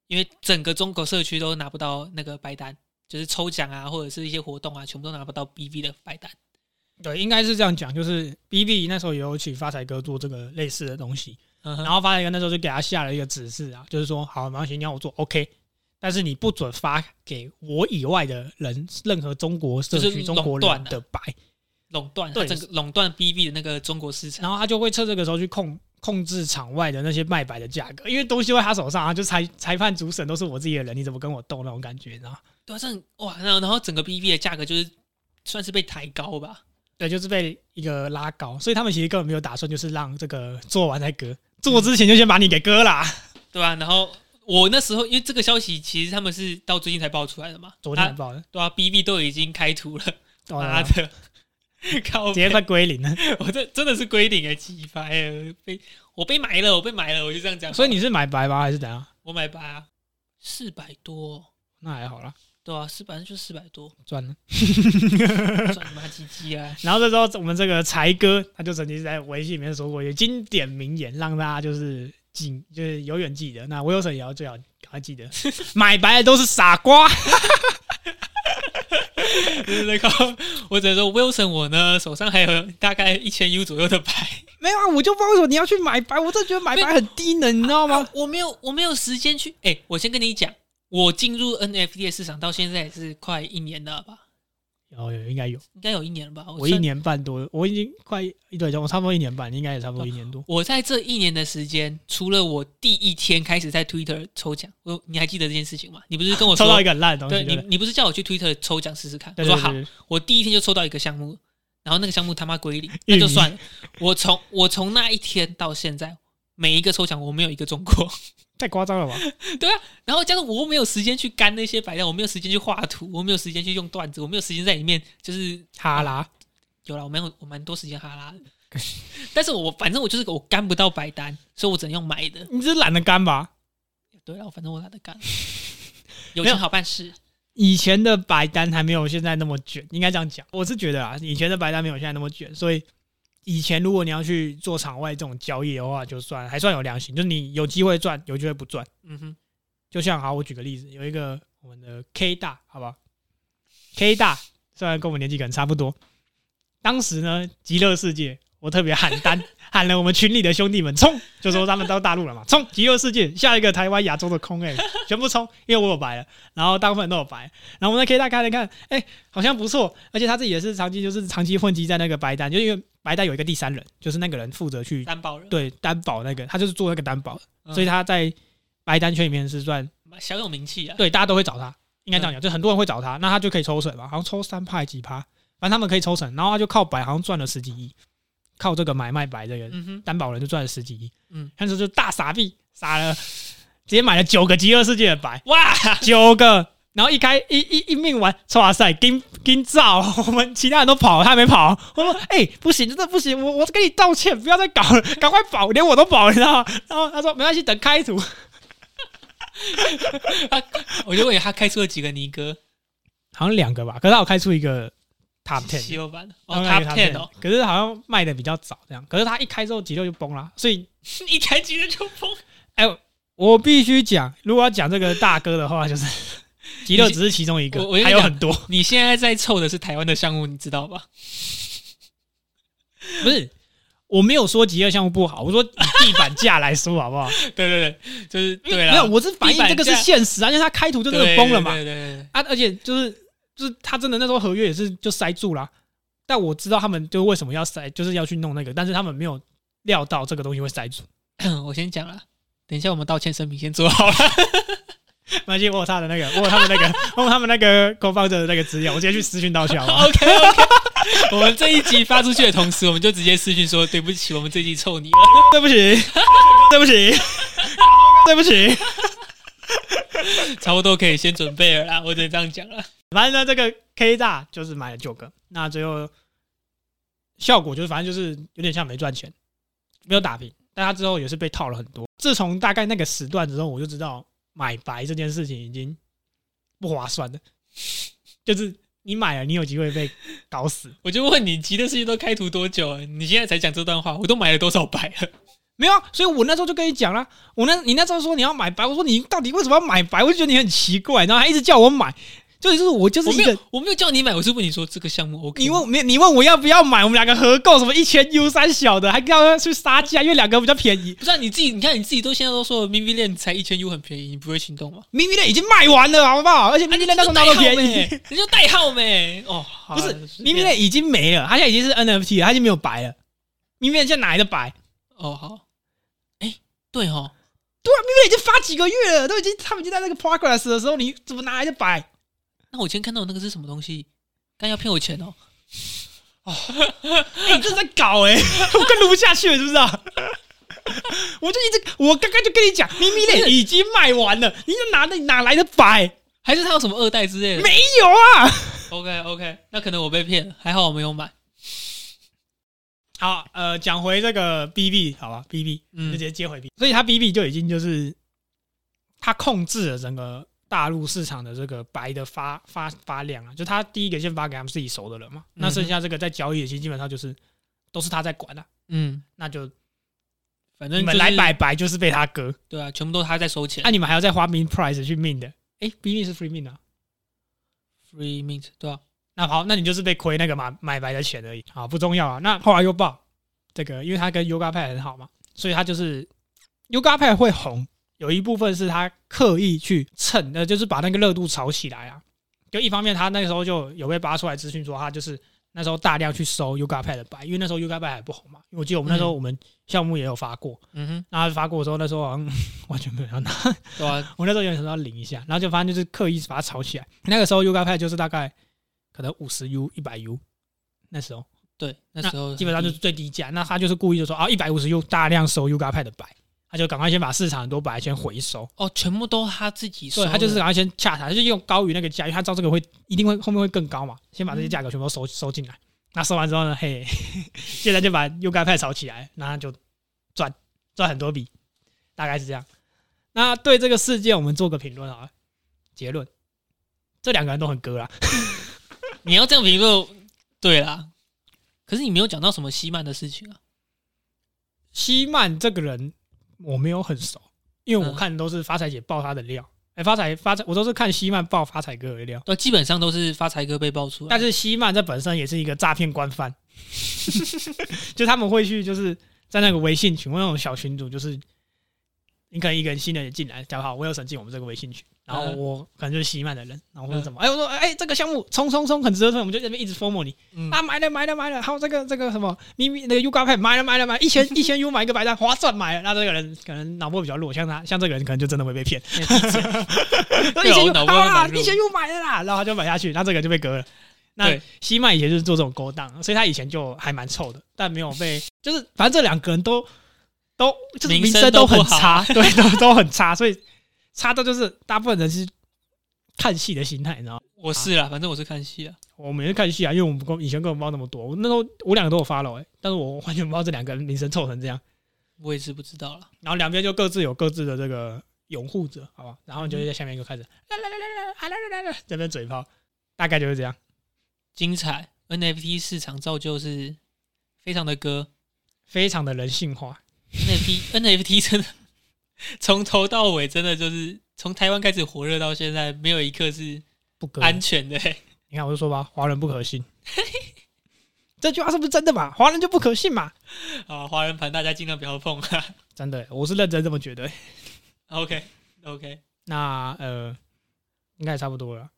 因为整个中国社区都拿不到那个白单，就是抽奖啊或者是一些活动啊，全部都拿不到 B V 的白单。
对，应该是这样讲，就是 BB 那时候也有请发财哥做这个类似的东西，
嗯
然
哼，
后发财哥那时候就给他下了一个指示啊，就是说好，没关系，你要我做 OK。但是你不准发给我以外的人，任何中国社
就
区、
是
中国
垄断
人
啊
的白，
垄断，它
对
整个垄断 B V 的那个中国市场。
然后他就会趁这个时候去控控制场外的那些卖白的价格，因为东西在他手上啊，就裁裁判主审都是我自己的人，你怎么跟我斗那种感觉，你知道吗？
对啊，这样哇，然后然后整个 B V 的价格就是算是被抬高吧。
对，就是被一个拉高，所以他们其实根本没有打算，就是让这个做完再割，做之前就先把你给割啊啦。
对吧、然后我那时候因为这个消息其实他们是到最近才爆出来的嘛，
昨天才
啊
报的，
对啊，B B 都已经开图了，
哦
妈的，靠
直接
北！
快归零了。
我这真的是归零哎，几百哎，被我被埋了，我被埋了，我就这样讲。
所以你是买白吗？还是怎样？
我买吧，四百多，
那还好啦，
对啊，四百就四百
*laughs*
多，
赚了。
赚你妈鸡鸡啊！
然后这时候我们这个才哥他就曾经在微信里面说过一个经典名言，让大家就是记，就是永远记得。那我有神也要最好赶快记得，买白的都是傻瓜。
就是那个，我只能说 Wilson 我呢手上还有大概一千 U 左右的牌，
没有啊，我就不知道为什么你要去买白，我真的觉得买白很低能，你知道吗
啊？我没有，我没有时间去。哎、我先跟你讲，我进入 NFT 的市场到现在也是快一年了吧，
有有应该有，
应该有一年了吧。
我一
算，
年半多，我已经快一对，我差不多一年半，应该也差不多一年多。
我在这一年的时间，除了我第一天开始在 Twitter 抽奖，我你还记得这件事情吗？你不是跟我
抽
说
到一个很烂的东
对
西，
你
对不对，
你不是叫我去 Twitter 抽奖试试看？
对
我说
对
好，
对，对
我第一天就抽到一个项目，然后那个项目他妈归零，
玉
那
米
就算了。我从我从那一天到现在，每一个抽奖我没有一个中过。
太夸张了吧？
然后加上我没有时间去干那些白料，我没有时间去画图，我没有时间去用段子，我没有时间在里面就是
哈啦，
有了，我蛮有我蛮多时间哈 *laughs* 拉的，但是我反正我就是我干不到白单，所以我只能用买的。
你这是懒得干吧？
对了，反正我懒得干，有
没有
钱好办事。
以前的白单还没有现在那么卷，应该这样讲。我是觉得啊，以前的白单没有现在那么卷，所以以前如果你要去做场外这种交易的话，就算还算有良心，就是你有机会赚，有机会不赚。
嗯哼，
就像好，我举个例子，有一个我们的 K 大，好不好？K 大虽然跟我们年纪可能差不多，当时呢，极乐世界，我特别喊单， *laughs* 喊了我们群里的兄弟们冲，就说他们到大陆了嘛，冲极乐世界，下一个台湾亚洲的空哎、全部冲，因为我有白了，然后大部分人都有白，然后我们的 K 大看了看，哎、好像不错，而且他自己也是长期就是长期混迹在那个白单，就因为白单有一个第三人，就是那个人负责去
担保人，
对担保那个，他就是做那个担保的，
嗯
所以他在白单圈里面是算。
小有名气啊。
对，大家都会找他，应该这样讲，就很多人会找他，那他就可以抽成嘛，好像抽三派几趴，反正他们可以抽成，然后他就靠白好像赚了十几亿，靠这个买卖白这个
嗯哼，
担保人就赚了十几亿，
嗯，
那时候就大傻逼傻了，直接买了九个极乐世界的白，
哇，
九个。然后一开一一一命完，哇塞，跟跟照，我们其他人都跑了，他还没跑。我说，哎、不行，真的不行，我我跟你道歉，不要再搞了，赶快跑，连我都跑了，你知道吗？然后他说没关系，等开图。
我就问他开出了几个尼哥
好像两个吧，可是他有开出一个 top ten，
稀有版的哦
然后那
，Top
个
Ten 哦，，
可是好像卖的比较早这样，可是他一开之后急救就崩了，所以哎
一开几个就疯。
我必须讲，如果要讲这个大哥的话，就是 *laughs* 急救只是其中一个
我我跟，你
还有
讲
很多，
你 *laughs* 现在在凑的是台湾的项目，你知道吧？
不是。我没有说极乐项目不好，我说以地板价来说好不好？
对对对，就是 *laughs* 对
没
啦
有，我是反映这个是现实啊，因为他开图就真的崩了嘛
对对对对
啊，而且就是就是他真的那时候合约也是就塞住啦。但我知道他们就为什么要塞，就是要去弄那个，但是他们没有料到这个东西会塞住。
对 *clears throat* 我先讲了，等一下我们道歉声明先做好了。 *laughs*
没关系，我有他的那个，我有他们那个， *laughs* 我有他们那个 co f o 的那个资料，我直接去私讯道歉好不 *laughs* 好
OK OK，我们这一集发出去的同时，我们就直接私讯说对不起，我们这一集臭你了。 *laughs*
对不起， *laughs* 对不起， *laughs* 对不起。
差不多可以先准备了啦，我只能这样讲了。
反正呢，这个 K 大就是买了九个，那最后效果就是反正就是有点像没赚钱，没有打平。但他之后也是被套了很多。自从大概那个时段之后，我就知道买白这件事情已经不划算了，就是你买了，你有机会被搞死。
我就问你，急的事情都开图多久了？你现在才讲这段话，我都买了多少白 *laughs* 了？
没有啊，所以我那时候就跟你讲啦，我那你那时候说你要买白，我说你到底为什么要买白？我就觉得你很奇怪，然后还一直叫我买，就是就是我就是
我
一
没
个
有，我没有叫你买，我是问你说这个项目 OK
你
吗。
问你你问我要不要买？我们两个合购什么一千 U 三小的，还要他去杀价，因为两个比较便宜。
不是、啊、你自己，你看你自己都现在都说 m i v i 链才一千 U 很便宜，你不会心 *laughs* 动吗？
明明的已经卖完了，好不好？
啊
而且明明的那时候那么便
*laughs*
宜，
你就代号没 *laughs* 哦，好
*laughs* 不
啦
是
随便
明明的已经没了，它现在已经是 NFT 了，它已经没有白了。明明的现在哪来的白？
哦好，哎、对哦，
对啊，明明的已经发几个月了，都已经他们已经在那个 progress 的时候，你怎么拿来的白？
那我今天看到那个是什么东西？刚要骗我钱哦，
哎、你这是在搞哎、 *laughs* 我更录不下去了，知不知道？ *laughs* 我就一直，我刚刚就跟你讲，明明的已经卖完了，你就拿那哪来的白？
还是他有什么二代之类的
没有啊！
？OK OK，那可能我被骗了，还好我没有买。
好，呃，讲回这个 BB 好吧，BB 就
嗯
直接接回 B，、所以它 BB 就已经就是它控制了整个大陆市场的这个白的发发发量啊，就它第一个先发给他们自己熟的人嘛，
嗯
那
哼
剩下这个在交易的，其实基本上就是都是他在管的、啊
嗯，
那就
反正
你
就
们
是
来买白就是被他割，
对啊，全部都他在收钱。
那、你们还要再花 min price 去 min 的，哎，BB 是 free min 啊，
Free mint，对啊，
那好，那你就是被亏那个买买白的钱而已，好不重要啊。那后来又爆这个，因为他跟 Yoga 派很好嘛，所以他就是 Yoga 派会红，有一部分是他刻意去蹭，呃，就是把那个热度炒起来啊。就一方面，他那时候就有被扒出来资讯说，他就是那时候大量去收 Yoga 派的白，因为那时候 Yoga 派还不红嘛。因为我记得我们那时候
嗯
我们项目也有发过，
嗯哼，
那、发过的时候，那时候好像 *laughs* 完全没有人要拿，
对啊，
我那时候有点想要领一下，然后就发现就是刻意把它炒起来。那个时候 Yoga 派就是大概可能五十 U、一百 U，那时候
对，那时候
基本上就是最低价。那他就是故意就说啊，一百五十 U 大量收 Yoga 派的白，他就赶快先把市场很多白先回收。
哦，全部都他自己收
对
的，
他就是赶快先洽谈，他就用高于那个价，因为他知道这个会一定会后面会更高嘛，先把这些价格全部都收、收进来。那收完之后呢，嘿， *laughs* 现在就把 Yoga 派炒起来，那他就赚赚很多笔，大概是这样。那对这个事件，我们做个评论啊，结论，这两个人都很割啦。
你要这样评论，对啦。可是你没有讲到什么西曼的事情啊，
西曼这个人我没有很熟，因
嗯
为我看都是发财姐爆他的料，哎、发财发财，我都是看西曼爆发财哥的料。
对，基本上都是发财哥被爆出来，
但是西曼这本身也是一个诈骗官犯， *laughs* 就他们会去就是在那个微信群，我那种小群组，就是你可能一个人新的也进来，讲好我有神进我们这个微信群，然后
嗯
我可能就是西曼的人，然后或者什么，哎、我说哎、这个项目冲冲冲很值得冲，我们就在那边一直 formal 你
嗯
啊买了买了买了，还有这个这个什么咪咪那个 U 卡派买了买了买了
*laughs*
一千一千 U 买一个白单划算买了，那这个人可能脑波比较弱，像他像这个人可能就真的会
*laughs*
被骗，一千 U
我脑波会
啊
蛮弱
一千 U 买了啦，然后他就买下去，那这个就被割了。那
对
西曼以前就是做这种勾当，所以他以前就还蛮臭的，但没有
*laughs*
被，就是反正这两个人都都就是
名
名
声
声
都
都
不
很
好
差，对，都都很差，所以差到就是大部分人是看戏的心态，你知道吗？
我是啦，反正我是看戏啊，
我每天看戏啊，因为我们跟以前根本不知道那么多，我那时候我两个都有 follow 哎、但是我完全不知道这两个人名声臭成这样，
我也是不知道啦。
然后两边就各自有各自的这个拥护者，好吧，然后你就在下面就开始来来来来来啊来来来来这边嘴炮，大概就是这样。
精彩 NFT 市场造就是非常的割
非常的人性化，
NFT NFT *laughs* 真的从头到尾真的就是从台湾开始火热到现在，没有一刻是
不割
安全的、欸 *laughs*
你看，我就说吧，华人不可信。这句话是不是真的嘛？华人就不可信嘛？
啊，华人盘大家尽量不要碰。啊
真的，我是认真这么觉得。
OK OK，
那呃，应该也差不多了。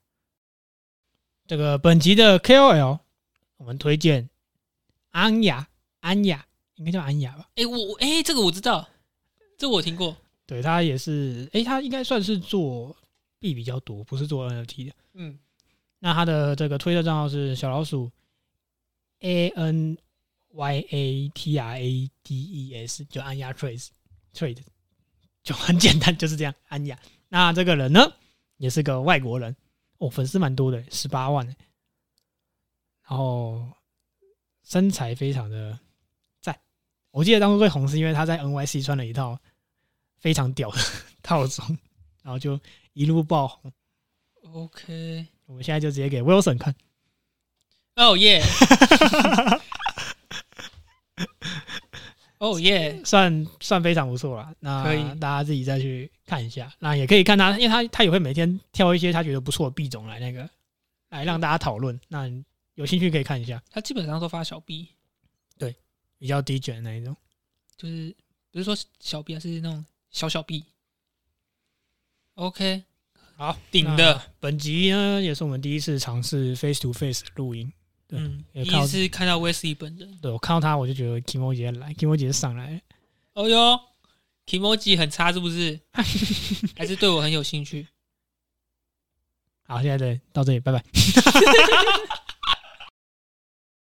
这个本集的 KOL，我们推荐安雅，安雅应该叫安雅吧？
哎、我哎、这个我知道，这我听过。
对，她也是，诶，她应该算是做币比较多，不是做 NFT 的。
嗯，
那她的这个推特账号是小老鼠 A N Y A T R A D E S，就安雅 Trade Trade，就很简单，就是这样。安雅，那这个人呢，也是个外国人，哦，粉丝蛮多的，十八万，欸然后身材非常的赞。我记得当初会红是因为他在 NYC 穿了一套非常屌的 *laughs* 套装，然后就一路爆红。
OK，
我们现在就直接给 Wilson 看。
哦耶，哦耶，
算算非常不错了。那
可以
大家自己再去看一下，那也可以看他，因为他他也会每天挑一些他觉得不错的币种来那个来让大家讨论。那你有兴趣可以看一下，
他基本上都发小 B，
比较低卷的那一种。
就是不是说小 B 啊，是那种小小 B。OK，
好，
顶的。
本集呢也是我们第一次尝试 face to face 录音，对
嗯，
也
第
靠
一次看到威斯利本人。
对我看到他我就觉得 Kimo 姐来，Kimo 姐上来了，
哦哟，Kimoji 很差是不
*laughs*
是？还是对我很有兴趣？
好，现在对到这里，拜拜。